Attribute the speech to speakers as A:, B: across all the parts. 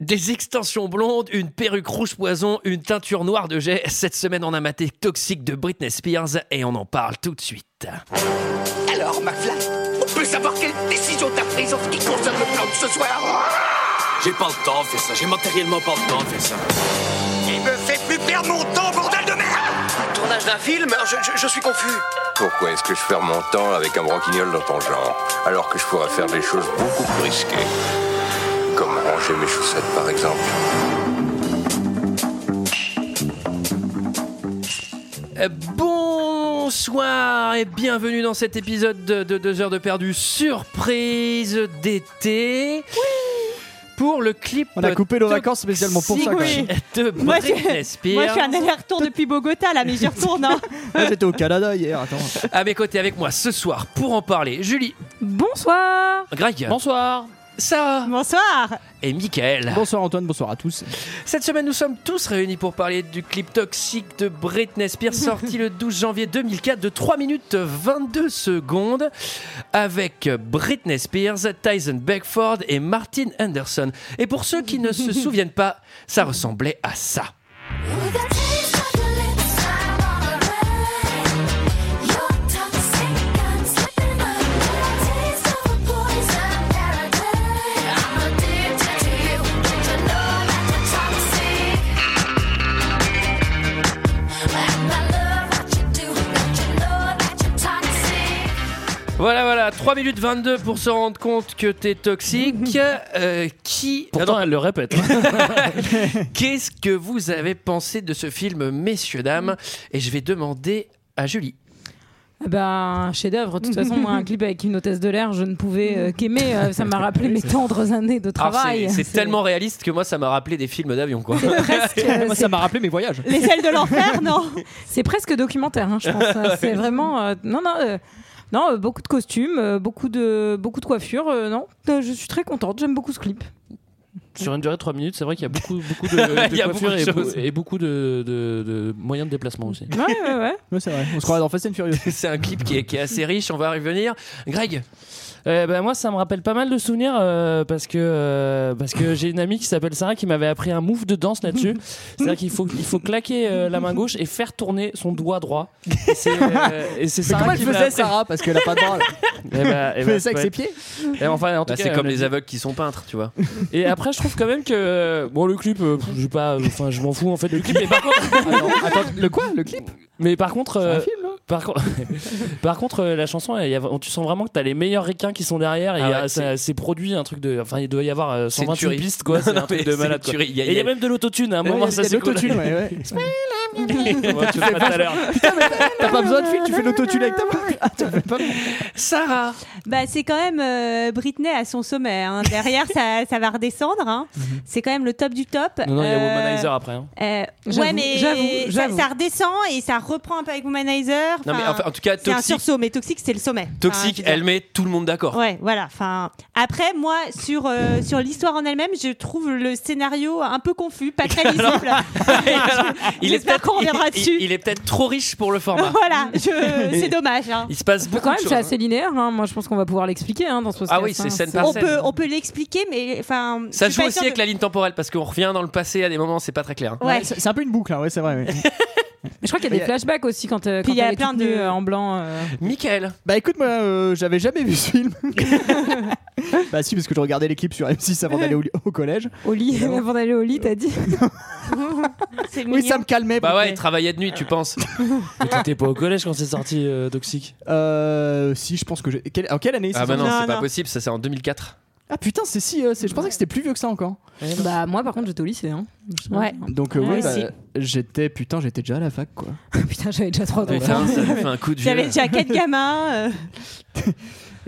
A: Des extensions blondes, une perruque rouge poison, une teinture noire de jet. Cette semaine, on a maté Toxique de Britney Spears et on en parle tout de suite.
B: Alors, McFly, on peut savoir quelle décision t'as prise en ce qui concerne le plan de ce soir
C: J'ai pas le temps de faire ça, j'ai matériellement pas le temps de faire ça.
B: Il me fait plus perdre mon temps, bordel de merde
D: Tournage d'un film je, je- je suis confus.
E: Pourquoi est-ce que je perds mon temps avec un branquignol dans ton genre Alors que je pourrais faire des choses beaucoup plus risquées. Comme ranger mes chaussettes par exemple.
A: Euh, Bonsoir et bienvenue dans cet épisode de, de 2 heures de perdu surprise d'été. Pour le clip.
F: On a coupé nos
A: Toxic
F: vacances spécialement pour ça. quand
G: Oui.
F: même.
A: De
G: Moi, c'est-
A: Britney Spears.
G: Moi, je fais un aller-retour depuis Bogota, là, mais j'y retourne.
F: Moi,
G: hein.
F: Ah, J'étais au Canada hier. Attends.
A: À mes côtés avec moi ce soir pour en parler, Julie,
G: Bonsoir.
A: Greg,
F: Bonsoir.
A: Sarah
G: Bonsoir.
A: et Michael.
F: Bonsoir Antoine. Bonsoir à tous.
A: Cette semaine, nous sommes tous réunis pour parler du clip toxique de Britney Spears sorti le 12 janvier 2004 de 3 minutes 22 secondes avec Britney Spears, Tyson Beckford et Martin Anderson. Et pour ceux qui ne se souviennent pas, ça ressemblait à ça. Voilà, voilà, 3 minutes 22 pour se rendre compte que t'es toxique. Euh, qui.
H: Pourtant, elle le répète. hein.
A: Qu'est-ce que vous avez pensé de ce film, messieurs, dames Et je vais demander à Julie.
I: Ben, chef-d'œuvre. De toute façon, moi, un clip avec une hôtesse de l'air, je ne pouvais euh, qu'aimer. Euh, ça m'a rappelé mes tendres années
F: Ah,
I: de
A: Alors,
I: travail.
A: Ah, c'est- C'est tellement réaliste que moi, ça m'a rappelé des films d'avion, quoi.
I: C'est presque, euh,
F: Moi,
I: c'est-
F: ça m'a rappelé mes voyages.
G: Les ailes de l'enfer, non
I: c'est presque documentaire, hein, je pense. hein. C'est vraiment. euh, non, non. euh, non, euh, beaucoup de costumes, euh, beaucoup de, beaucoup de coiffures. euh, non, Euh, je suis très contente. J'aime beaucoup ce clip.
H: Sur une durée de 3 minutes, c'est vrai qu'il y a beaucoup, beaucoup de, de
A: Il y a
H: coiffures
A: beaucoup de
H: et beau-
A: choses.
H: et, beaucoup de, de- de moyens de déplacement aussi.
I: Ouais, ouais, ouais.
F: Ouais, c'est vrai. On se croirait dans Fast and Furious.
A: C'est un clip qui est, qui est assez riche, on va y revenir. Greg,
H: Euh, bah, moi, ça me rappelle pas mal de souvenirs euh, parce que, euh, parce que j'ai une amie qui s'appelle Sarah qui m'avait appris un move de danse là-dessus. C'est-à-dire qu'il faut, il faut claquer euh, la main gauche et faire tourner son doigt droit. Et c'est euh, et c'est
F: Mais
H: Sarah
F: comment elle
H: qui me l'a
F: faisait
H: appris.
F: Sarah Parce qu'elle a pas de bras. là.
H: Eh bah, eh
F: Elle
H: bah,
F: faisait ça avec
H: ouais.
F: ses pieds.
H: Eh, enfin, en tout
A: bah,
H: cas,
A: c'est
H: elle
A: comme
H: me
A: les
H: l'a-
A: aveugles qui sont peintres, tu vois.
H: Et après, je trouve quand même que euh, bon, le clip, euh, pff, je sais pas, euh, enfin, je m'en fous en fait du clip. Mais par contre,
G: Ah
F: Attends, attends, le quoi Le clip
H: mais par contre,
F: C'est
H: euh,
F: un film là
G: hein.
H: par, contre- par contre, euh, la chanson, elle, y a- tu sens vraiment que t'as les meilleurs requins qui sont derrière. Et
A: Ah
H: y a-
A: ouais,
H: ça- c'est produit un truc de, enfin, il doit y avoir euh,
A: C'est une
H: 128
A: tuerie.
H: pistes quoi. C'est
A: Non,
H: un truc
A: mais
H: de
A: c'est
H: malade.
A: une
H: quoi.
A: tuerie. Il y a-
H: Et il y a même de l'autotune à un moment.
F: Ouais,
H: Ça
F: il y a
H: c'est cool.
F: l'autotune, ouais, ouais.
H: Ouais, tu le fais pas tout à l'heure.
F: T'as pas besoin de fil, tu fais l'autotune avec ta main. Ah, tu le fais pas.
A: Sarah
G: Bah, c'est quand même euh, Britney à son sommet. hein. Derrière, ça, ça va redescendre. hein.
I: Mhm.
G: C'est quand même le top du top.
H: Non, non, il y a
G: Euh,
H: Womanizer après. hein.
G: euh, ouais,
I: J'avoue,
G: mais
I: j'avoue,
G: ça,
I: j'avoue.
G: ça redescend et ça reprend un peu avec Womanizer.
A: Non, mais
G: Enfin,
A: enfin, en tout cas,
G: c'est un
A: Toxique,
G: sursaut, mais toxique, c'est le sommet. Enfin,
A: toxique
G: je veux dire-
A: elle met tout le monde d'accord.
G: Ouais, voilà. Enfin, après, moi, sur, euh, sur l'histoire en elle-même, je trouve le scénario un peu confus, pas très lisible. J'espère
A: peut-être-
G: qu'on reviendra
A: il- il-
G: dessus.
A: Il, est peut-être trop riche pour le format.
G: voilà, je- c'est dommage. hein.
A: Il se passe beaucoup
I: Quand
A: de
I: même,
A: choses.
I: c'est assez linéaire. hein. Moi, je pense qu'on va pouvoir l'expliquer hein, dans ce podcast.
A: Ah oui, c'est
I: hein.
A: scène par
G: On
A: scène.
G: peut, on peut l'expliquer, mais enfin.
A: Ça
G: je suis
A: joue
G: pas
A: aussi
G: sûre
A: avec
G: de-
A: la ligne temporelle parce qu'on revient dans le passé à des moments, c'est pas très clair.
G: Ouais.
F: Ouais, C'est c'est un peu une boucle, hein, ouais, c'est vrai. ouais.
I: Mais je crois qu'il y a
F: Mais-
I: des flashbacks aussi quand, euh,
G: Puis
I: quand
G: il y a
I: elle est
G: plein
I: toute
G: de-
I: nue, euh, en blanc. euh.
A: Michael,
F: Bah écoute, moi euh, j'avais jamais vu ce film. bah si, parce que je regardais les clips sur M6 avant d'aller au, au collège.
I: Au lit,
F: Évidemment.
I: avant d'aller au lit, t'as dit.
G: C'est
F: Oui,
G: mignon.
F: ça me calmait.
A: bah ouais, il
F: Britney.
A: travaillait de nuit, tu penses.
H: Mais T'étais pas au collège quand c'est sorti euh, Toxic.
F: Euh, si, je pense que j'ai. Quelle... En quelle année c'est
A: Ah bah
F: sorti
A: non,
G: Non,
A: c'est pas
G: non.
A: possible, ça c'est en 2004.
F: Ah putain, c'est si. euh, c'est- je pensais que c'était plus vieux que ça encore.
I: Bah, moi, par contre, j'étais au lycée. Hein.
G: Ouais.
F: Donc euh,
G: Ouais,
F: ouais, bah,
G: si.
F: j'étais putain, j'étais déjà à la fac quoi.
I: Oh, Putain, j'avais déjà trois ans.
A: Putain, ça me fait un coup de
G: bah. J'avais
A: vieux.
G: déjà quatre gamins. euh,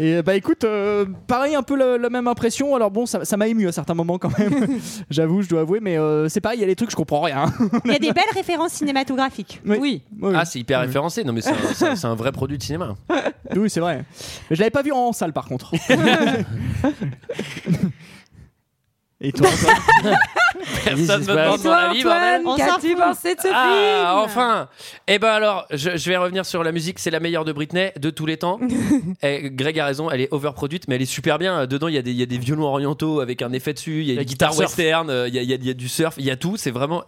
F: Et euh, bah écoute, euh, pareil un peu la, la même impression. Alors bon, ça ça m'a ému à certains moments quand même. J'avoue, je dois avouer, mais euh, c'est pareil, il y a des trucs je comprends rien.
G: Il y a des belles références cinématographiques.
F: Oui.
I: Oui.
F: Ouais,
A: Ah, c'est hyper référencé. Non, mais c'est un, c'est un- c'est un vrai produit de cinéma.
F: oui, c'est vrai. Mais je l'avais pas vu en salle par contre. Et toi, Antoine
A: Personne
H: Qu'est-ce qui
A: ne
H: se
A: me demande
H: passe
A: mon
I: Toi,
A: avis, bordel.
I: Antoine,
G: On s'en
I: qu'as-tu
G: fout.
I: pensé de ce
A: Ah,
I: film
A: enfin Eh ben alors, je, je vais revenir sur la musique, c'est la meilleure de Britney de tous les temps. Eh, Greg a raison, elle est overproduite, mais elle est super bien. Dedans, il y, a des- il y a des violons orientaux avec un effet dessus, il y a
H: La
A: une guitare
H: guitare surf.
A: western, euh, il y a, il y a- il y a du surf, il y a tout, c'est vraiment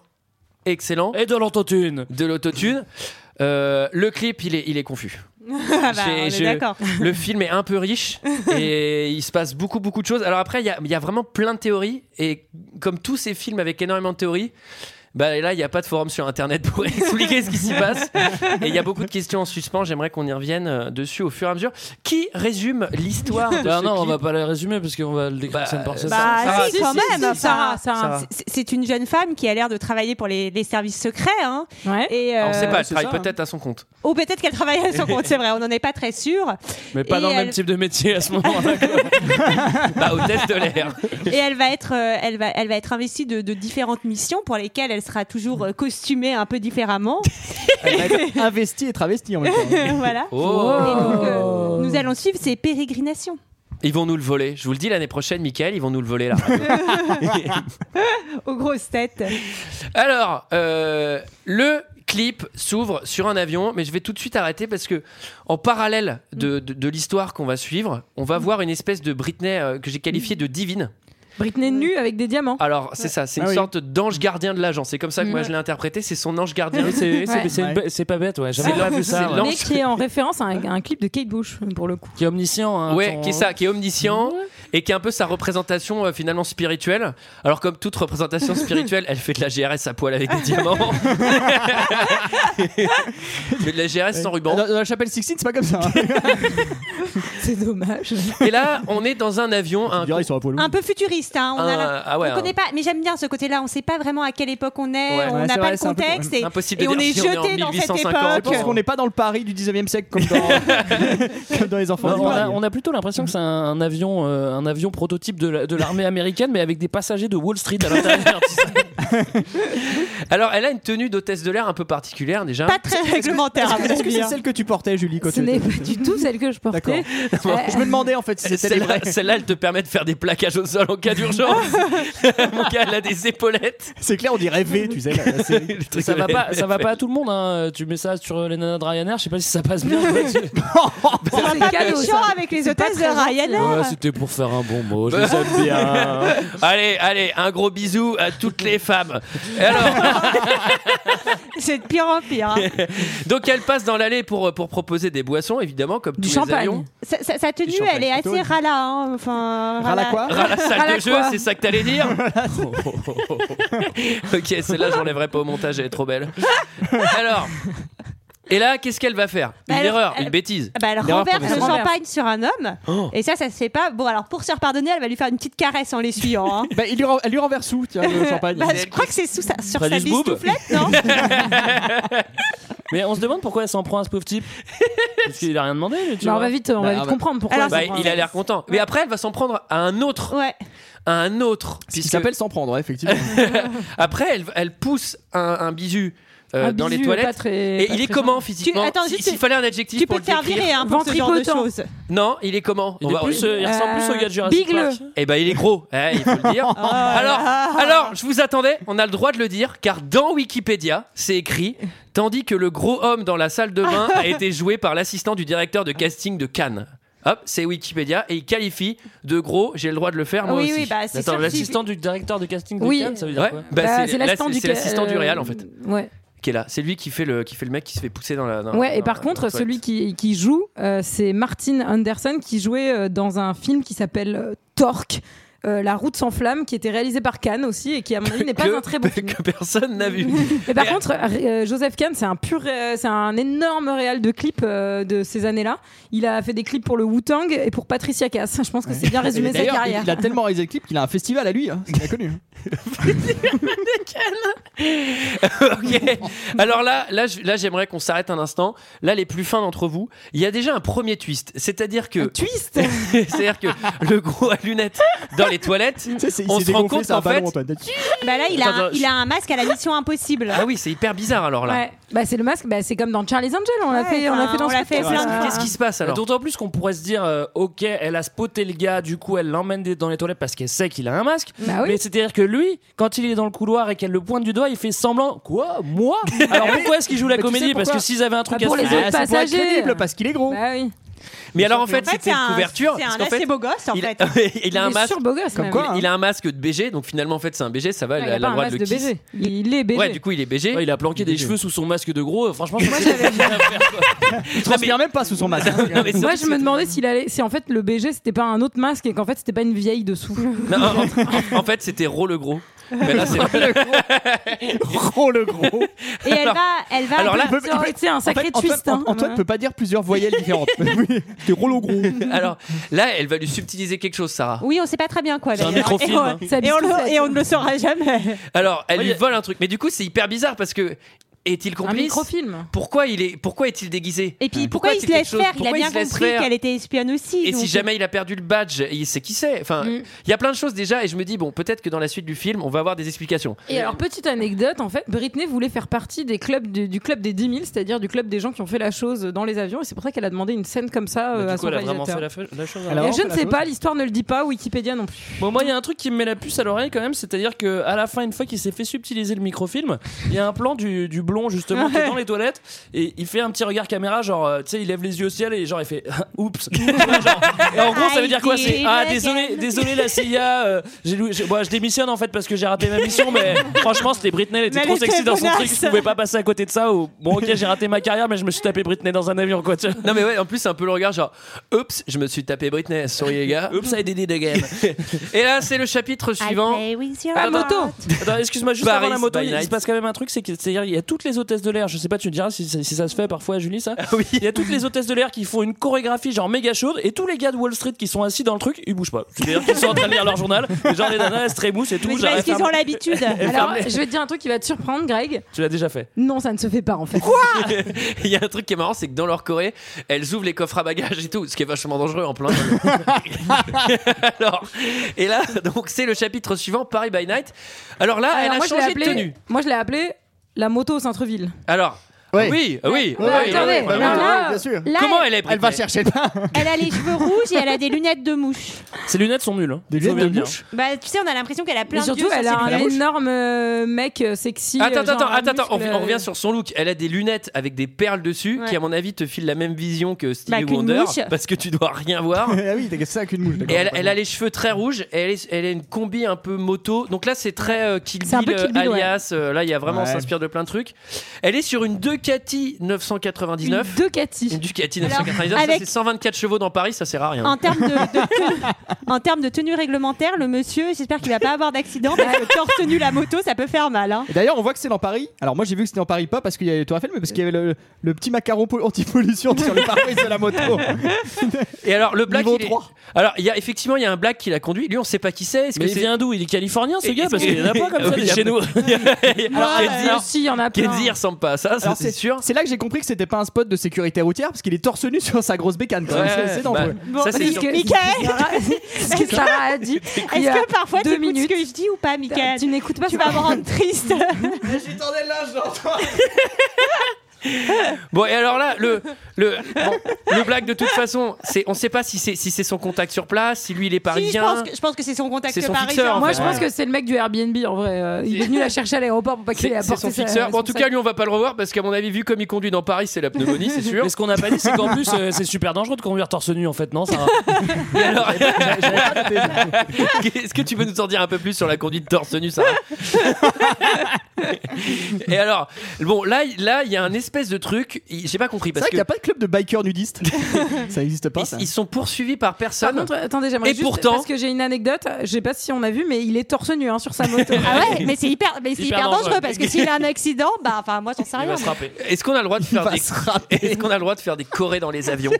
A: excellent.
H: Et de l'autotune.
A: De l'autotune. Euh, le clip, il est, il est confus.
G: Ah bah,
A: J'ai-
G: on est
A: je-
G: d'accord.
A: Le film est un peu riche et il se passe beaucoup, beaucoup de choses. Alors après, il y a, il y a vraiment plein de théories et comme tous ces films avec énormément de théories, bah là, il n'y a pas de forum sur Internet pour expliquer ce qui s'y passe. Et il y a beaucoup de questions en suspens. J'aimerais qu'on y revienne euh, dessus au fur et à mesure. Qui résume l'histoire de
H: Bah
A: ce
H: non, on
A: clip
H: va pas le résumer parce qu'on va le décrire
A: Bah,
H: scène par scène.
G: Bah,
A: Sarah,
G: si,
A: si,
G: quand
A: si,
G: même,
I: si, si,
G: Sarah.
I: Sarah, Sarah.
G: C'est- c'est- C'est une jeune femme qui a l'air de travailler pour les, les services secrets. Hein,
I: Ouais.
G: et,
A: Alors, Ah, on
G: euh,
A: sait pas, elle
F: c'est
A: travaille
F: ça, hein.
A: peut-être à son compte.
G: Ou peut-être qu'elle travaille à son compte, c'est vrai, on n'en est pas très sûr.
H: Mais pas
G: Et
H: dans le même
G: elle-
H: type de métier à ce moment-là.
A: Bah, hôtesse de l'air.
G: Et elle va être, euh, elle va, elle va être investie de, de différentes missions pour lesquelles elle sera toujours euh, costumée un peu différemment.
F: Elle va être investie et travestie en même temps.
G: voilà.
A: Oh.
G: Et donc, euh, nous allons suivre ses pérégrinations.
A: Ils vont nous le voler. Je vous le dis l'année prochaine, Michael, ils vont nous le voler là.
G: Aux grosses têtes.
A: Alors, euh, le clip s'ouvre sur un avion, mais je vais tout de suite arrêter parce que, en parallèle de,
H: Mm.
A: de- de l'histoire qu'on va suivre, on va voir une espèce de Britney euh, que j'ai qualifiée de divine.
I: Britney nue avec des diamants.
A: Alors, c'est ça, c'est une
F: Ah oui.
A: sorte d'ange gardien de l'agent. C'est comme ça que moi
I: Ouais.
A: je l'ai interprété, c'est son ange
H: Mm. Oui,
A: gardien.
H: c'est- c'est
I: Ouais.
H: c'est une- c'est pas bête, ouais. J'avais
A: C'est-
H: pas vu
A: c'est
H: ça. ouais.
A: lent.
I: Mais qui est en référence à un, à un clip de Kate Bush pour le coup.
H: Qui est omniscient. hein,
A: Ouais,
H: ton-
A: qui est ça, qui est omniscient et qui est un peu sa représentation euh, finalement spirituelle. Alors comme toute représentation spirituelle, elle fait de la GRS à poil avec des diamants. Mais de la GRS sans ruban.
F: Dans, dans la chapelle Sixtine, c'est pas comme ça. hein.
I: C'est dommage.
A: Et là, on est dans un avion, un
F: Tu dirais, ils sont à poil
G: Un peu futuriste, hein, on a la-
A: Un- ah ouais,
G: on
A: un-
G: connaît pas, mais j'aime bien ce côté-là. On sait pas vraiment à quelle époque on est,
A: Ouais.
G: on
F: Ouais,
G: n'a
F: c'est
G: pas
F: vrai,
G: le
F: c'est un peu-
G: contexte et,
A: impossible
G: et
A: de
G: on
A: dire
G: est
A: si on est en
G: jeté dans cette
A: 1850.
F: Je
G: époque.
F: pense qu'on n'est pas dans le Paris du 19 e siècle comme dans, comme dans les enfants
H: Non,
F: du
H: on,
F: Paris.
H: a, on a plutôt l'impression que c'est un, un avion, euh, un avion prototype de la- de l'armée américaine, mais avec des passagers de Wall Street à l'intérieur. tu sais.
A: Alors, elle a une tenue d'hôtesse de l'air un peu particulière déjà.
G: Pas très réglementaire. à mon
F: Est-ce que c'est
G: avis, hein.
F: celle que tu portais, Julie quand
I: Ah, Ce
F: tu
I: n'est
F: étais-
I: pas du tout celle que je portais.
F: Je me demandais en fait si c'était
A: C'est
F: les
A: vrai,
F: vraies.
A: celle-là, elle te permet de faire des plaquages au sol en cas d'urgence. Mon gars, elle a des épaulettes.
F: C'est clair, on dit rêver, tu sais. la- la série.
A: Le truc
H: ça
A: de
H: va
A: la
H: pas,
A: LFF.
H: ça va pas à tout le monde. hein. Tu mets ça sur les nanas de Ryanair, je sais pas si ça passe bien. Ouais, c'est-
G: On va
I: C'est
G: pas
I: cadeau,
G: méchant
I: ça.
G: avec les
I: C'est pas
G: hôtesses de
I: très gentil.
H: Ouais,
G: Ryanair.
H: C'était pour faire un bon mot. Je les aime bien.
A: Allez, allez, un gros bisou à toutes les femmes. Et alors,
G: C'est de pire en pire. hein.
A: donc elle passe dans l'allée pour, pour proposer des boissons, évidemment, comme
I: Du
A: tous les
I: champagne.
A: avions.
G: Sa, sa- sa tenue,
F: champagne.
G: elle est assez rala. hein, Enfin,
F: Rala quoi
A: Rah, Ah, la salle
I: Rah, la
A: de jeu,
I: quoi
A: c'est ça que t'allais dire Ok, celle-là, j'enlèverai pas au montage, elle est trop belle. Alors, et là, qu'est-ce qu'elle va faire Une
G: Bah, elle-
A: erreur,
G: elle-
A: une bêtise.
G: Bah, elle
F: L'erreur
G: renverse le
F: professionnelle.
G: champagne sur un homme.
F: Oh.
G: Et ça, ça se fait pas. Bon, alors pour se repardonner, elle va lui faire une petite caresse en l'essuyant. hein.
F: Bah, il lui, ren- elle lui renverse où, tiens, le champagne
G: Bah, je
A: elle
G: crois que c'est sous sa, sur
A: Près
G: sa
A: du zboob.
G: bistouflette, non
H: Mais on se demande pourquoi elle s'en prend à ce pauvre type. Parce qu'il a rien demandé. lui, tu
I: Bah, on
H: vois.
I: va vite, on
F: Bah,
I: va vite
F: bah-
I: comprendre pourquoi.
G: Alors,
A: Bah,
I: ça prend-
A: il a l'air content. Mais après, elle va s'en prendre à un autre.
G: Ouais.
A: À un autre.
F: Ce qui
A: puisque-
F: s'appelle s'en prendre, ouais, effectivement.
A: Après, elle, elle pousse un, un bisu euh,
I: Un
A: dans les
I: bisu, pas
A: toilettes.
I: très-
A: Et
I: pas
A: il est
I: très
A: comment physiquement
G: Tu- attends,
A: Si-
G: juste-
A: S'il fallait un adjectif
G: Tu
A: pour
G: peux te faire
A: le décrire.
G: virer hein, pour ce genre de
I: Ventripotent.
G: choses.
A: Non, il est comment
H: Il,
A: On
H: est
A: va-
H: plus, euh, il ressemble plus au gars de Jurassic
I: Bigle.
H: Park.
A: Eh ben, il est gros. Eh, il faut le dire.
F: Ah,
G: Oh
A: alors, alors, je vous attendais. On a le droit de le dire, car dans Wikipédia, c'est écrit. Tandis que le gros homme dans la salle de bain a été joué par l'assistant du directeur de casting de Cannes. Hop, c'est Wikipédia et il qualifie de gros. J'ai le droit de le faire moi
G: Oui,
A: aussi.
G: oui, bah, c'est
H: Attends,
G: sûr que si-
H: l'assistant du directeur de casting de
I: Oui.
H: Cannes, ça veut dire
A: Ouais,
H: quoi
A: bah,
I: Bah,
A: c'est là, c'est- c'est l'assistant du
I: euh,
A: Real en fait
I: Ouais.
A: qui est là. C'est lui qui fait le qui fait le mec qui se fait pousser dans la. dans-
I: Ouais, et
A: dans-
I: par
A: dans la
I: contre,
A: toilette.
I: celui qui, qui joue, euh, c'est Martin Anderson qui jouait euh, dans un film qui s'appelle euh, Torque, euh, La route sans flamme, qui était réalisé par Cannes aussi et qui, à mon avis, n'est pas
A: Que-
I: un très bon film.
A: que personne n'a vu.
I: Et par contre, euh, Joseph Kahn, c'est un pur, euh, c'est un énorme réal de clips euh, de ces années-là. Il a fait des clips pour le Wu-Tang et pour Patricia Cass. Je pense que c'est bien résumé
F: Et
I: sa
F: d'ailleurs,
I: carrière.
F: Il, il a tellement réalisé le clip qu'il a un festival à lui, hein, c'est bien connu.
A: Ok. Alors là, là, je- là, j'aimerais qu'on s'arrête un instant. Là, les plus fins d'entre vous, il y a déjà un premier twist. C'est-à-dire que,
I: Twist
A: c'est-à-dire que le gros à lunettes dans les toilettes.
F: Tu sais, c'est- il
A: On
F: s'est
A: se rend
F: dégonflé,
A: compte
F: c'est un
A: qu'en
F: ballon,
A: fait-
F: Antoine.
G: Bah là, il a,
A: Attends, attends,
G: il a un masque à la mission impossible.
A: Ah oui, c'est hyper bizarre alors là.
I: Ouais. Bah, c'est le masque, bah, c'est comme dans Charlie's Angel, on l'a
G: Ouais,
I: fait, on l'a
G: enfin,
I: fait dans
G: on
I: ce
G: l'a fait
I: podcast.
G: plein de fois.
A: Qu'est-ce qui se passe alors
H: D'autant plus qu'on pourrait se dire, euh, ok, elle a spoté le gars, du coup elle l'emmène des- dans les toilettes parce qu'elle sait qu'il a un masque.
I: Bah oui.
H: Mais c'est-à-dire que lui, quand il est dans le couloir et qu'elle le pointe du doigt, il fait semblant. Quoi Moi Alors pourquoi est-ce qu'il joue la
F: Bah, tu sais
H: comédie Parce que
F: pourquoi
H: s'ils avaient un truc
I: Bah, pour
H: à se
I: les
H: faire-
I: autres
F: Ah, ça pourrait être
I: passagers.
F: crédible parce qu'il est gros.
I: Bah oui.
A: Mais alors en fait,
G: En fait,
A: c'était
G: c'est
A: une
G: un-
A: couverture.
G: C'est
A: parce
G: un
A: qu'en
G: assez
A: fait,
G: beau gosse, en
A: il a-
G: fait.
A: il a un
I: est
A: masque.
I: sur beau gosse,
F: Comme
I: même.
F: quoi,
I: Ouais,
F: hein.
A: Il, il a un masque de BG, donc finalement en fait c'est un BG, ça va,
I: il
A: elle a
I: a pas
A: le
I: un
A: droit de le
I: masque de
A: kiss.
I: baiser. Il il est bébé.
A: Ouais, du coup il est BG.
H: Ouais, il a planqué des cheveux sous son masque de gros. euh, Franchement, je pense que c'est bien à faire, quoi.
F: Il transpire même pas sous son masque.
A: Non, mais c'est
I: Moi,
A: vrai
I: je
A: que
I: me
A: c'est-
I: demandais s'il allait. Si en fait le BG c'était pas un autre masque et qu'en fait c'était pas une vieille dessous.
A: Non, en, en fait c'était Ro le gros. Mais là, c'est-
F: Oh le gros.
G: Et elle va, elle va.
A: alors là-
I: Ça aurait été un sacré
F: Antoine,
I: twist. hein.
F: Antoine peut pas dire plusieurs voyelles différentes. Oui, T'es rôle au gros.
A: alors là elle va lui subtiliser quelque chose Sarah.
G: Oui, on sait pas très bien quoi.
H: C'est un
G: d'ailleurs.
H: microfilm,
G: Et on-
H: hein.
I: Ça
G: Et on, le-
I: biscotte.
G: et on ne le saura jamais.
A: Alors elle
H: Ouais,
A: lui
H: il-
A: vole un truc. Mais du coup c'est hyper bizarre parce que est-il
I: un
A: complice
I: microfilm.
A: Pourquoi il est pourquoi est-il déguisé
G: Et puis
A: Pourquoi
G: pourquoi, il
A: tu
G: se
A: fais quelque
G: laisse
A: chose
G: faire Il a
A: Pourquoi il
G: bien
A: se laisse
G: compris
A: faire
G: qu'elle était espionne aussi.
A: Et
G: donc-
A: si jamais il a perdu le badge, il sait qui c'est. Enfin, il
I: Mm.
A: y a plein de choses déjà, et je me dis bon, peut-être que dans la suite du film, on va avoir des explications.
I: Et alors, petite anecdote, en fait, Britney voulait faire partie des clubs du, du club des 10 000, c'est-à-dire du club des gens qui ont fait la chose dans les avions, et c'est pour ça qu'elle a demandé une scène comme ça euh,
H: Du
I: à
H: coup,
I: son
H: elle a vraiment
I: réalisateur.
H: fait la, fe- la chose. hein.
F: Alors,
I: Et
F: vraiment
I: je
F: fait
I: ne
F: la
I: sais
F: chose
I: pas, l'histoire ne le dit pas, Wikipédia non plus.
H: Bon, moi, il y a un truc qui me met la puce à l'oreille quand même, c'est-à-dire que à la fin, une fois qu'il s'est fait subtiliser le microfilm, il y a un plan du, du blond justement qui est dans les toilettes et il fait un petit regard caméra, genre, euh, tu sais, il lève les yeux au ciel et genre il fait oups. Tu vois, genre, et en gros, ça veut dire quoi C'est ah désolé, désolé la CIA, euh, j'ai lou- j'ai- bon, je démissionne en fait parce que j'ai raté ma mission, mais franchement, c'était Britney, elle était
G: Mais elle
H: trop
G: était
H: sexy dans son
G: bonasse.
H: truc, je pouvais pas passer à côté de ça. Ou bon, ok, j'ai raté ma carrière, mais je me suis tapé Britney dans un avion quoi. tu vois.
A: Non mais ouais, en plus c'est un peu le regard genre, oups, je me suis tapé Britney, souris les gars.
H: Oups, I did it again.
A: Et là c'est le chapitre
G: euh,
A: suivant. Ah,
G: Ah,
A: bah,
I: À moto
H: Attends, excuse-moi, juste
A: Paris,
H: avant la moto,
A: by
H: il,
A: night.
H: se passe quand même un truc, c'est que c'est-à-dire il y a toutes les hôtesses de l'air. Je sais pas, tu me diras si, si ça se fait parfois, Julie, ça.
A: Ah oui.
H: Il y a toutes les hôtesses de l'air qui font une chorégraphie genre méga chaude, et tous les gars de Wall Street qui sont assis dans le truc, ils bougent pas. C'est-à-dire qu'ils sont en train de lire leur journal, et genre les nanas elles se trémoussent et tout.
G: Mais c'est
H: genre,
G: parce
H: elles
G: qu'ils ont
H: ferment-
G: l'habitude.
I: Alors,
H: fermé.
I: je vais te dire un truc qui va te surprendre, Greg.
H: Tu l'as déjà fait.
I: Non, ça ne se fait pas en fait.
A: Il y a un truc qui est marrant, c'est que dans leur Corée, elles ouvrent les coffres à bagages et tout, ce qui est vachement dangereux en plein. vol. Alors, et là, donc c'est le chapitre suivant, Paris by Night. Alors là,
I: Alors,
A: elle a
I: moi, je l'ai
A: changé
I: appelé-
A: de tenue.
I: Moi, je l'ai appelé la moto au centre-ville.
A: Alors,
F: Ouais.
A: oui, oui,
F: Ouais,
A: oui,
F: ouais,
I: attendez,
A: oui,
F: Bah oui,
A: oui.
I: alors là,
F: ouais, bien sûr.
G: Là,
A: Comment elle est
F: Elle
A: Britney
F: va chercher le pain.
G: elle a les cheveux rouges et elle a des lunettes de mouche.
H: Ces lunettes sont nulles. hein.
F: Des
H: Faut
F: lunettes
H: bien
F: de
H: le dire.
F: mouche.
G: Bah, tu sais, on a l'impression qu'elle a plein
I: Et surtout,
G: de dieux
I: elle
G: sur
I: a
G: ses
I: un
G: lunettes.
I: énorme euh, mec euh, sexy.
A: Attends,
I: euh, genre euh,
A: attends,
I: un
A: attends, attends, on,
I: muscle,
A: on revient sur son look. Elle a des lunettes avec des perles dessus
G: Ouais.
A: qui, à mon avis, te filent la même vision que Stevie
G: Bah, qu'une
A: Wonder
G: mouche.
A: parce que tu dois rien voir.
F: Ah oui, t'as ça qu'une mouche.
A: Et
F: d'accord.
A: elle, elle a les cheveux très rouges, et elle, est- elle a une combi un peu moto. Donc là, c'est très euh, Kill
I: C'est un peu
A: Bill, euh,
I: Kill Bill, ouais.
A: alias. euh, là, il y a vraiment, on
F: Ouais.
A: s'inspire de plein de trucs. Elle est sur une Ducati
I: une
A: 999.
I: De
A: Une
I: euh, Cathy.
A: Ducati
G: Alors,
A: 999, ça
G: avec-
A: c'est 124 chevaux dans Paris, ça sert à rien.
G: En termes de, de- en termes de tenue réglementaire, le monsieur, j'espère qu'il va pas avoir d'accident parce que torse nu la moto, ça peut faire mal. hein.
F: Et D'ailleurs, on voit que c'est dans Paris. Alors, moi, j'ai vu que c'était en Paris, pas parce qu'il y avait le Tour Eiffel, mais parce qu'il y avait le, le petit macaron po- anti-pollution sur le pare-brise de la moto.
A: Et alors le black,
F: Niveau
A: il est-
F: 3.
A: alors il y a effectivement il y a un black qui l'a conduit. Lui on sait pas qui c'est. Est-ce que
H: Mais il
A: c'est
H: vient d'où Il est californien ce
A: Et-
H: gars Parce qu'il y en a pas comme ça
A: Oui,
H: des
A: il y a-
H: chez nous.
A: Alors,
I: Ah,
A: Kenzie-
I: elle aussi, il y en a plein.
A: Kenzie il ressemble pas à ça, ça
F: Alors,
A: c'est sûr.
F: C'est là que j'ai compris que c'était pas un spot de sécurité routière, parce qu'il est torse nu sur sa grosse bécane. quoi.
A: Ouais,
F: C'est- c'est dangereux.
A: bah,
G: Bon,
A: ça c'est
I: parce
A: sûr.
I: que-
G: Michael,
I: C'est ce que Sarah a dit. Il y
G: est-ce
I: a
G: que parfois tu
I: deux
G: écoutes ce
I: minutes. Bah,
G: que je dis ou pas, Michael
I: Tu n'écoutes pas
G: Tu
I: ce
G: vas
I: que-
G: me rendre triste.
A: Bon et alors là le le bon, le black de toute façon c'est on sait pas si c'est si c'est son contact sur place, si lui il est
G: Si, je
A: parisien.
G: pense que, je pense que c'est son contact
A: C'est son
G: parisien.
A: fixeur, en
I: Moi,
A: fait.
I: je pense que c'est le mec du Airbnb en vrai. Euh, Il est venu la chercher à l'aéroport pour pas qu'il ait
A: C'est c'est
I: apporté
A: son
I: sa-
A: fixeur. Bon, en
I: son
A: tout
I: sac.
A: cas, lui, on va pas le revoir parce qu'à mon avis, vu comme il conduit dans Paris, c'est la pneumonie, c'est sûr.
H: Mais ce qu'on n'a pas dit, c'est qu'en plus, euh, c'est super dangereux de conduire torse nu en fait, non Sarah
A: Et alors- Est-ce que tu peux nous en dire un peu plus sur la conduite torse nu, Sarah Et alors, bon, là, il- là, il y a un espèce de truc, il- j'ai pas compris
F: C'est
A: parce
F: vrai
A: que
F: qu'il n'y a pas de hein. club de bikers nudistes. ça n'existe pas. ça.
A: ils, ils sont poursuivis par
I: Par
A: personne.
I: contre, attendez, j'aimerais
A: Et
I: juste
A: pourtant-
I: parce que j'ai une anecdote. Je sais pas si on a vu, mais il est torse nu hein, sur sa moto.
G: Ah ouais, mais c'est hyper, mais c'est
H: Hyper
G: hyper,
H: dangereux.
G: dangereux, parce que s'il a un accident, bah enfin moi j'en sais
H: Il
G: rien.
H: va se rapper.
A: Est-ce qu'on a le droit de faire
F: va
A: des
F: se râper
A: est-ce qu'on a le droit de faire des chorés dans les avions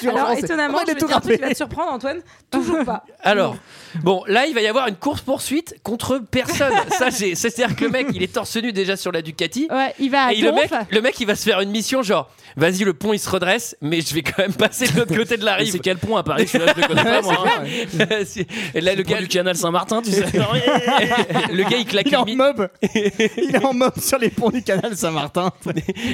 F: sur
I: Alors
F: France.
I: étonnamment,
F: Moi, il
I: je
F: est
I: vais
F: tout
I: te dire un truc
F: râpé.
I: qui va te surprendre, Antoine. Toujours pas.
A: Alors, Bon, là, il va y avoir une course-poursuite contre personne. Ça, j'ai- c'est-à-dire que le mec, il est torse nu déjà sur la Ducati.
G: Ouais, il va à
H: Ah,
A: Et le mec,
G: Donf.
A: le mec, il va se faire une mission genre, vas-y, le pont il se redresse, mais je vais quand même passer de l'autre côté de la
H: Mais C'est
A: rive.
H: quel pont à Paris Je je le connais pas, moi. hein.
A: C'est- Et là, le
H: Le
A: gars,
H: pont du canal Saint-Martin, tu sais.
A: le gars, il claque
F: Il est
A: une
F: en
A: mi-
F: mob. Il est en mob sur les ponts du canal Saint-Martin.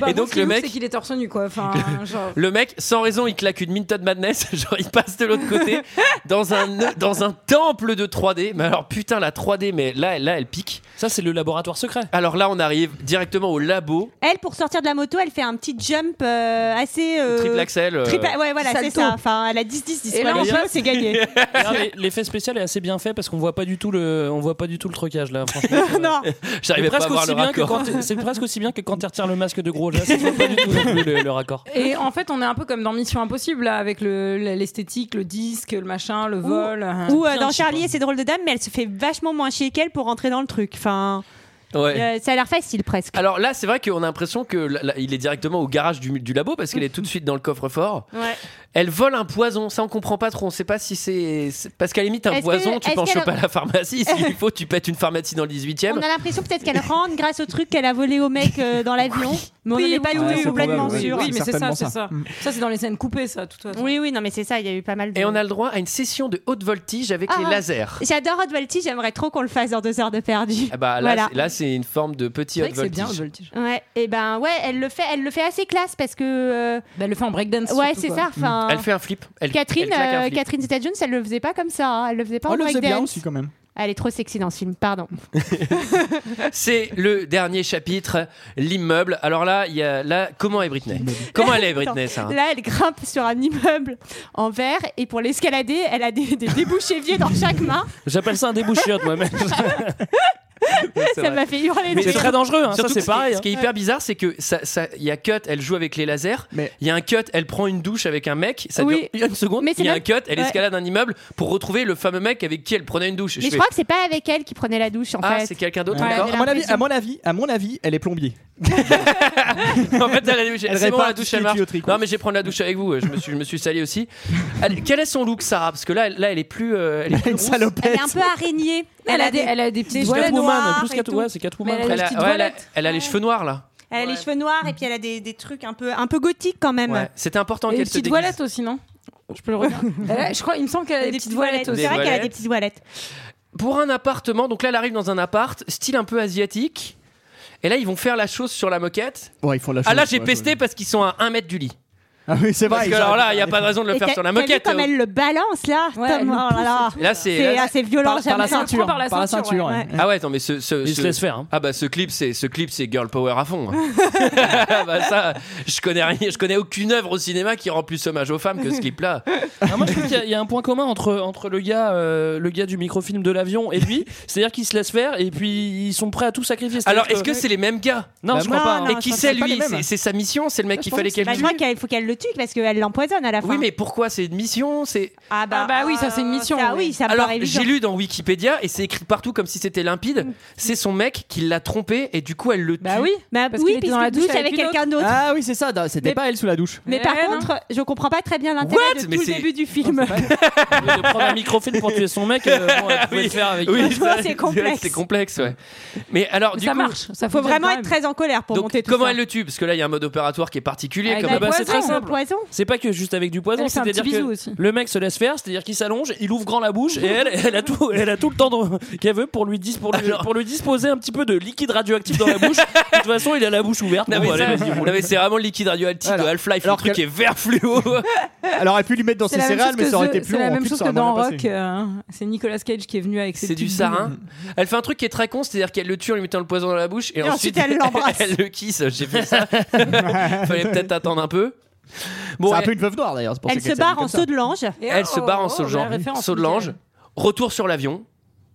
A: Et donc, le mec-
I: c'est qu'il est torse nu quoi. Enfin, genre.
A: Le mec, sans raison, il claque une Minton Madness. Genre, il passe de l'autre côté dans un, dans un temple de 3D. Mais alors, putain, la 3D, mais là, là, elle pique.
H: Ça, c'est le laboratoire secret.
A: Alors là, on arrive directement au labo.
G: Elle, pour sortir de la moto, elle fait un petit jump euh, assez. euh,
A: Triple Axel. euh,
G: triple- Ouais, voilà, c'est
I: Salto.
G: ça. Enfin, elle a 10-10-10.
I: Et là,
G: Ouais,
I: on
G: je-
I: passe-
G: c'est gagné.
H: Regarde, les- L'effet spécial est assez bien fait parce qu'on voit pas du tout le, on voit pas du tout le trucage là. Franchement,
G: non,
A: J'arrivais pas à
H: presque
A: voir
H: aussi
A: le
H: bien que
A: raccord.
H: quand t'es- c'est presque aussi bien que quand tu retires le masque de gros. Là, c'est pas du tout non plus le, le raccord.
I: Et en fait, on est un peu comme dans Mission Impossible là, avec le- l'esthétique, le disque, le machin, le vol. hein.
G: ou euh,
H: bien,
G: dans
H: je sais
G: Charlie
H: pas.
G: et ses drôles de dames, mais elle se fait vachement moins chier qu'elle pour rentrer dans le truc. Enfin,
A: Ouais.
G: euh, ça a l'air facile presque.
A: Alors là, c'est vrai qu'on a l'impression que là- là, il est directement au garage du, du labo parce qu'elle est tout de suite dans le coffre-fort.
G: Ouais.
A: Elle vole un poison, ça on comprend pas trop. On sait pas si c'est c'est- parce qu'à la limite un
G: Est-ce
A: poison,
G: que-
A: tu
G: est-ce
A: peux en
G: qu'elle-
A: choper à la pharmacie. S'il faut, tu pètes une pharmacie dans le 18
G: On
A: e
G: a l'impression peut-être qu'elle rentre grâce au truc qu'elle a volé au mec euh, dans l'avion, mais on
I: Oui,
G: n'en est pas
I: oui,
G: du
I: oui,
G: tout
I: c'est
G: complètement
F: probable,
G: sûr.
I: Oui, mais c'est ça,
F: certainement
I: c'est ça. Ça, c'est dans les scènes coupées, ça, de toute façon.
G: Oui, oui, non, mais c'est ça, il y a eu pas mal de.
A: Et on a le droit à une session de haute voltige avec
G: Ah.
A: les lasers.
G: J'adore Hot Voltage, j'aimerais trop qu'on le fasse dans deux heures de perdu.
A: Ah bah là,
G: Voilà.
A: c'est- là, c'est une forme de petit
I: C'est
A: haute
I: vrai que c'est
A: voltige.
I: bien le voltige.
G: Ouais, et ben ouais, elle le fait, elle le fait assez classe parce que euh,
I: Bah, le fait en breakdance.
G: ouais,
I: surtout,
G: c'est
I: quoi.
G: ça. Enfin,
A: Mm. Elle fait un flip. Elle,
G: Catherine,
A: elle claque un
G: euh,
A: flip.
G: Catherine Zeta-Jones, elle le faisait pas comme ça, hein, elle le faisait pas
F: Oh,
G: en
F: le faisait bien
G: breakdance.
F: aussi quand même.
G: Elle est trop sexy dans ce film, pardon.
A: C'est le dernier chapitre, l'immeuble. Alors là, il y a là, comment est Britney Comment elle est Britney ça hein
G: Là, elle grimpe sur un immeuble en verre et pour l'escalader, elle a des, des débouches évier dans chaque main.
H: J'appelle ça un débouchiote moi-même.
G: Ah,
A: C'est
G: Ça
A: vrai.
G: m'a fait hurler. de
H: Mais c'est
G: rire.
H: très dangereux. hein, Ça,
A: Surtout que
H: c'est
A: ce qui est-
H: pareil.
A: Ce qui est hyper bizarre, c'est que ça, ça- il y a cut, elle joue avec les lasers.
F: Mais-
A: Il y a un cut, elle prend une douche avec un mec. Ça
G: Oui.
A: dure une seconde.
G: Mais c'est
A: Il y a un
G: même-
A: cut, elle
G: ouais.
A: escalade un immeuble pour retrouver le fameux mec avec qui elle prenait une douche.
G: Mais je
A: fais,
G: crois que c'est pas avec elle qui prenait la douche en
A: ah,
G: fait.
A: c'est quelqu'un d'autre
G: Ouais.
A: encore
F: à, mon avis, à mon avis, à mon avis, elle est plombier.
A: En fait, elle a la douche.
F: Elle
A: C'est bon,
F: répare
A: la
F: tout
A: douche,
F: ce qui
A: elle
F: est
A: marche.
F: tuyauterie, quoi.
A: Non, mais je vais prendre la douche avec vous. euh, Je me suis, je me suis salé aussi. Elle- quel est son look, Sarah Parce que là, elle- là, elle est plus. euh, elle est plus
F: Une
A: rousse.
G: Elle est
F: salopette.
G: un peu araignée.
I: Elle a des, elle a des petites
G: Des
I: voilettes
H: Catwoman,
I: noires
H: plus
I: et
H: Cat-
I: tout.
H: ouais, c'est Catwoman.
I: Mais
A: Elle
I: Une
A: a,
I: petite
A: ouais, elle a-
I: voilette.
A: elle a les cheveux noirs là.
G: Elle a les cheveux noirs et puis elle a des, des trucs un peu, un peu gothiques quand même.
A: Ouais. C'était important
I: Et une
A: qu'elle se
I: petite
A: déguise.
I: voilette aussi, non Je peux le regarder. Elle a- je crois, il me semble qu'elle a des, petites voilettes aussi.
G: C'est vrai
A: Des
G: qu'elle a
A: voilettes.
G: des petites voilettes.
A: Pour un appartement, donc là, elle arrive dans un appart, style un peu asiatique. Et là, ils vont faire la chose sur la moquette.
F: Ouais, ils font la
A: Ah là,
F: chose,
A: j'ai
F: ouais,
A: pesté
F: ouais.
A: parce qu'ils sont à 1 mètre du lit.
F: Ah oui, c'est vrai.
A: Parce que
F: ils
A: alors là,
F: arrêtent
A: il n'y a
F: de
A: pas de raison de le
G: Et
A: faire
G: t'as-
A: sur la
G: t'as vu
A: moquette. hein.
G: comme elle le balance là.
I: Ouais,
G: Tom,
I: elle le
G: oh là là.
A: Là, c'est.
G: C'est
A: là,
G: assez violent.
F: Par, par la
G: j'aime bien.
F: ceinture.
I: par la ceinture,
F: ouais.
G: ouais.
A: c'est- Ah ouais, non, mais ce. ce-
H: Ils
A: ce-
H: Hein. se laissent faire. hein.
A: Ah bah ce clip c'est ce clip c'est girl power à fond. Ah bah ça je connais rien, je connais aucune œuvre au cinéma qui rend plus hommage aux femmes que ce clip là.
H: Ah, moi, je trouve qu'il y a- il y, a un point commun entre, entre le, gars, euh, le gars du microfilm de l'avion et lui. C'est-à-dire qu'ils se laissent faire et puis ils sont prêts à tout sacrifier. C'est-à-dire
A: Alors est-ce que c'est les mêmes gars
H: Non,
F: Bah,
H: je crois
G: non,
H: pas.
G: non.
A: Et qui
G: ça,
A: c'est
F: c'est pas les
A: lui
F: mêmes.
A: C'est- C'est sa mission, c'est le mec
F: Bah, je
A: qu'il
F: pense
A: fallait
F: que
A: qu'elle
G: Bah, je
A: tue.
G: crois qu'il faut qu'elle le tue parce qu'elle l'empoisonne à la fin.
A: Oui mais pourquoi c'est une mission C'est
G: ah
I: Ah bah oui, ça, c'est une mission,
G: Ah
I: oui.
G: oui, ça me
A: Alors,
G: paraît évident.
A: j'ai lu dans Wikipédia et c'est écrit partout comme si c'était limpide. C'est son mec qui l'a trompé et du coup elle le tue.
I: Bah oui.
G: Bah
I: Parce
G: oui,
I: qu'il était
G: puis
I: dans la
G: la douche
I: douche
G: avec
I: avec une
G: quelqu'un d'autre.
F: Ah oui, c'est ça. non, C'était
I: Mais-
F: pas elle sous la douche.
G: Mais
I: Mais
G: par
I: ouais,
G: contre, je comprends pas très bien l'intérêt
A: What
G: de
A: Mais
G: tout le
A: c'est-
G: début du film.
H: de prendre un microfilm pour tuer son mec, euh, bon, elle pouvait
A: Oui.
H: le faire avec.
A: Oui,
G: Franchement,
A: ça-
G: c'est complexe.
A: C'est complexe, ouais. Mais alors,
I: Mais
A: du
I: ça
A: coup,
I: marche. Ça
G: Faut
I: fonctionne
G: vraiment
I: quand
G: être
I: même.
G: très en colère pour
A: donc,
G: monter tout
A: comment
G: ça.
A: elle le tue Parce que là, il y a un mode opératoire qui est particulier.
I: Ah, Avec
A: comme
I: la
A: bah, c'est très
I: poison.
A: simple.
G: poison.
H: C'est pas que juste avec du poison,
I: Elle fait un
H: c'est-à-dire
I: petit bisou
H: que
I: aussi.
H: le mec se laisse faire, c'est-à-dire qu'il s'allonge, il ouvre grand la bouche et elle, elle a tout, elle a tout le temps dont- qu'elle veut pour lui, dis- pour, lui, pour lui disposer un petit peu de liquide radioactif dans la bouche. De toute façon, il a la bouche ouverte.
A: Non,
H: Bon,
A: mais, ça-
H: allez, vas-y.
A: non, mais c'est vraiment le liquide radioactif de
F: Alors-
A: Half-Life. Le
F: alors
A: truc
F: qu'elle-
A: est vert fluo.
F: Elle aurait pu lui mettre dans
I: C'est
F: ses
I: la même
F: céréales,
I: chose
F: mais
I: que
F: ça aurait
I: The-
F: été plus
I: C'est
F: long.
I: la
F: en
I: même
F: plus,
I: chose
F: ça
I: que
F: aurait mal
I: dans
F: passé.
I: Rock. euh, C'est Nicolas Cage qui est venu avec ses
A: c'est du
I: petites
A: sarin.
I: billes.
A: Elle fait un truc qui est très con, c'est-à-dire qu'elle le tue en lui mettant le poison dans la bouche et,
G: Et ensuite, elle l'embrasse.
A: elle le kiss. J'ai fait ça. Fallait peut-être attendre un peu. Bon,
F: C'est un
A: elle-
F: peu une veuve noire d'ailleurs. c'est pour
G: Elle
F: ça qu'elle
G: se barre
F: s'habille
G: en
F: comme ça.
G: saut de l'ange
I: Et
A: elle
I: oh,
A: se barre en
I: oh,
A: saut de
I: la
A: l'ange-
I: référence,
A: saut de
I: nickel.
A: l'ange. Retour sur l'avion.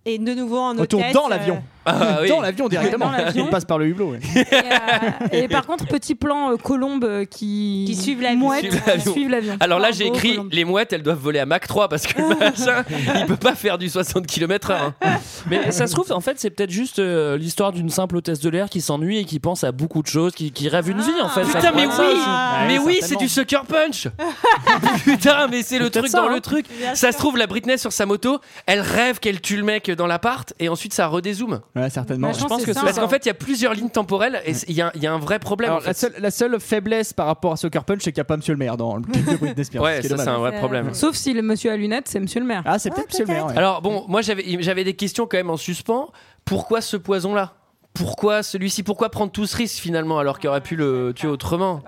G: et de nouveau en
F: Retour
G: hôtesse.
F: dans l'avion.
A: Ah oui.
F: Dans l'avion directement.
I: Dans l'avion.
F: Il passe par le hublot. ouais.
I: Et, euh, et par contre, petit plan euh, colombe euh, qui,
G: Qui suivent l'avion.
I: mouette,
A: Suivent l'avion. Ah,
I: suivent l'avion.
A: Alors là,
G: Bravo,
A: j'ai écrit
G: Colombe.
A: les mouettes, elles doivent voler à Mach 3 parce que le machin, il peut pas faire du 60 km/h. hein.
H: Mais ça se trouve, en fait, c'est peut-être juste euh, l'histoire d'une simple hôtesse de l'air qui s'ennuie et qui pense à beaucoup de choses, qui, qui rêve une vie, en fait. Ça
A: Putain,
H: pourrait
A: mais
H: être ça
A: oui,
H: aussi.
G: Ah,
A: mais
F: ouais,
A: oui, c'est
F: certainement.
A: du sucker punch. Putain, mais c'est le truc
H: ça,
A: dans
H: hein.
A: le truc.
G: Bien
A: Ça
G: sûr.
A: se trouve, la Britney sur sa moto, elle rêve qu'elle tue le mec dans l'appart et ensuite ça redézoome.
F: Ouais, certainement.
I: Bah, je
H: Je pense
I: c'est
H: que
I: ça,
H: c'est-
A: Parce
I: hein.
A: qu'en fait, il y a plusieurs lignes temporelles et c'est- il y, a- il y a un vrai problème.
F: Alors,
A: en fait.
F: la, seule, la seule faiblesse par rapport à Sucker Punch, c'est qu'il n'y a pas Monsieur le Maire dans le clip de Britney Spears. ce
A: Ouais,
F: qui est
A: ça c'est
F: dommage.
A: un vrai problème.
I: Sauf si le monsieur à lunettes, c'est monsieur le maire.
F: Ah, c'est peut-être Monsieur le Maire. ouais.
A: Alors bon, moi j'avais j'avais des questions quand même en suspens. Pourquoi ce poison là Pourquoi celui-ci Pourquoi prendre tout ce risque finalement alors qu'il aurait pu le tuer autrement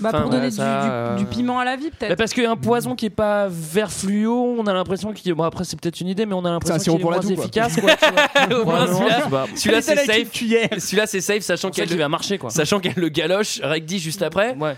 I: Bah, pour
A: Enfin,
I: donner
A: ouais,
I: du-
A: ça,
I: du,
A: euh,
I: du piment à la vie,
H: Mais
I: peut-être.
H: parce qu'un poison qui est pas vert fluo, on a l'impression qu'il. Bon, après, c'est peut-être une idée, mais on a
F: C'est un
H: l'impression
F: sirop
H: qu'il est
F: pour la
H: moins
F: toux, quoi.
H: efficace. Quoi, tu vois.
A: Au moins,
H: Vraiment,
A: celui-là-
H: je sais pas.
A: Celui-là
F: Elle
A: c'est
F: était avec
A: safe.
F: une cuillère.
A: Celui-là c'est safe, sachant
H: Pour ça
A: qu'elle
H: qu'il va marcher, quoi.
A: sachant qu'elle le galoche, Regdi juste après.
H: Ouais.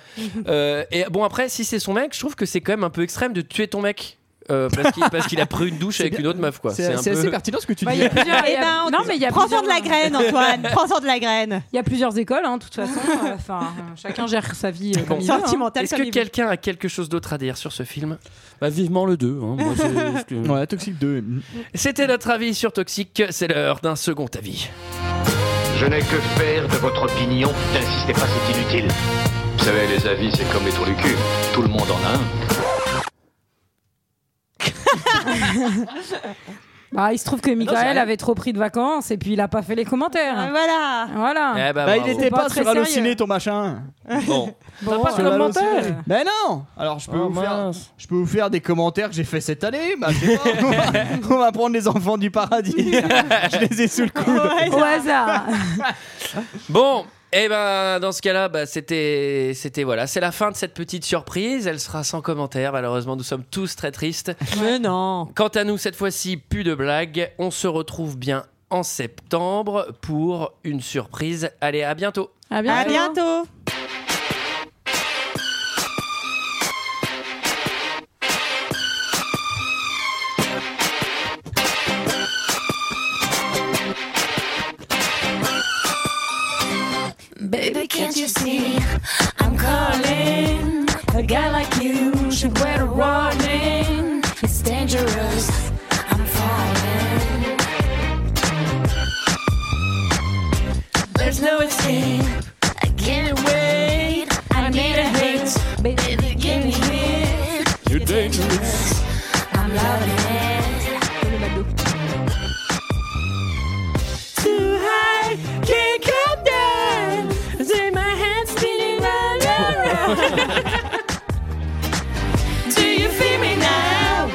A: Euh, et bon après, si c'est son mec, je trouve que c'est quand même un peu extrême de tuer ton mec euh, parce qu'il parce qu'il a pris une douche avec
F: bien-
A: une autre meuf quoi.
F: C'est
A: un
F: c'est
A: peu-
F: assez pertinent hein. ce que tu
I: Bah,
F: dis.
I: il y a plusieurs- il
G: Eh
I: y a-
G: ben, on-
I: non, mais il y a
G: Prends-en
I: plusieurs-
G: de la graine, Antoine. Prends-en de la graine.
I: Il y a plusieurs écoles, hein, de toute façon. euh, Enfin, euh, chacun gère sa vie euh,
A: Bon.
I: comme il veut. hein.
G: Sentimental
A: Est-ce
G: comme
A: que
G: il
A: quelqu'un a quelque chose d'autre à dire sur ce film
H: Bah, vivement le 2. Hein. Moi, c'est- c'est que-
F: Ouais, Toxic 2.
A: C'était notre avis sur Toxic, c'est l'heure d'un second avis.
B: Je n'ai que faire de votre opinion. N'insistez pas, c'est inutile.
E: Vous savez, les avis, c'est comme les trous du cul. Tout le monde en a un.
I: Bah, il se trouve que
A: c'est
I: Michael
A: vrai.
I: avait trop pris de vacances et puis il a pas fait les
G: Ah,
I: commentaires.
G: Voilà.
H: Ah.
I: Voilà.
A: Eh bah,
F: Bah, il
A: bravo. Ah.
F: était
I: pas
F: pas
I: très
F: sur Allociné
I: sérieux.
F: ton machin.
A: Bon.
I: Bon,
H: pas de
I: euh,
H: commentaires.
I: euh,
F: Ben non Alors je peux,
H: Oh,
F: vous faire,
H: mince.
F: je peux vous faire des commentaires que j'ai fait cette année. Bah, je sais pas. on, va, on va prendre les enfants du paradis. je les ai sous le coude.
I: Au hasard.
A: Bon, et ben dans ce cas-là, bah, c'était, c'était voilà, c'est la fin de cette petite surprise. Elle sera sans commentaire. Malheureusement, nous sommes tous très tristes.
G: Mais non.
A: Quant à nous, cette fois-ci, plus de blagues. On se retrouve bien en septembre pour une surprise. Allez, à bientôt.
I: À bientôt.
G: À bientôt.
J: Baby, can't you see? I'm calling. A guy like you should wear a warning. It's dangerous. I'm falling. There's no escape. I can't wait. I need a hit. Baby, give me hit. You're dangerous. I'm loving it. Too high, can't come down. I see my hands spinning round and round. Do you feel me now?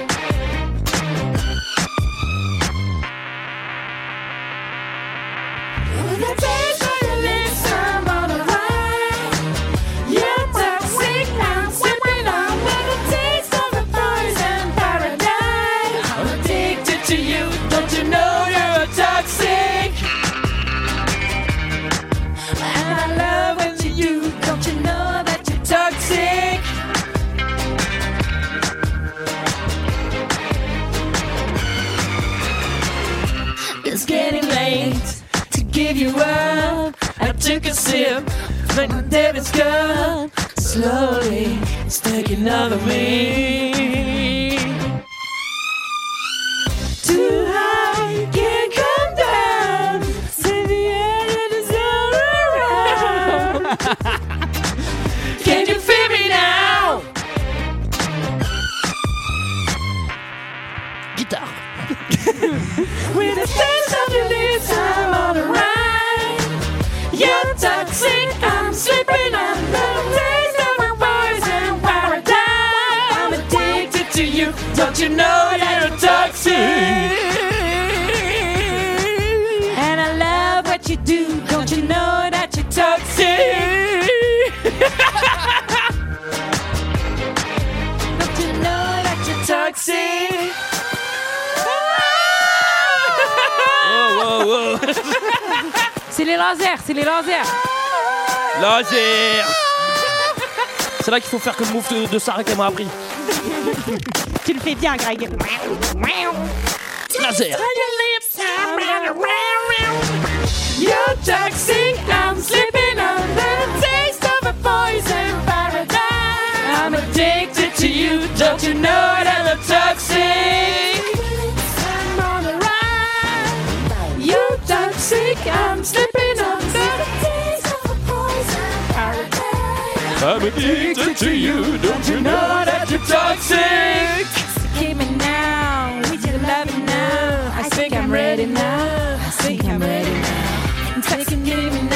J: Ooh, the taste of your lips, I'm on a ride. You're toxic, I'm slipping on with the taste of a poison paradise. I'm addicted to you, don't you know you're a toxic? And I love what you do, don't you know that you're toxic? It's getting late to give you up. I took a sip from the devil's cup. Slowly, it's taking over me. Too high, can't come down. See the air that is all around. Can you feel me now? With the sense of your lips, I'm on a ride. You're toxic, I'm slipping on the taste of a poison paradise. I'm addicted to you, don't you know you're a toxic? And I love what you do, don't you know that you're toxic? don't you know that you're toxic?
I: C'est les lasers, c'est les lasers.
H: Laser C'est là qu'il faut faire que le move de, de Sarah qu'elle m'a appris.
G: Tu le fais bien, Greg.
H: Laser
J: Your lips, I'm round and round. toxic. I'm slipping under the taste of a poison paradise. I'm addicted to you, don't you know that I'm toxic? I'm on the ride. You're toxic. I'm slipping under the taste of a poison paradise.
A: I'm addicted to you, don't you know that you're toxic?
J: Give me now, we just love it now. I think I'm ready now. I think I'm ready now. I'm taking it now.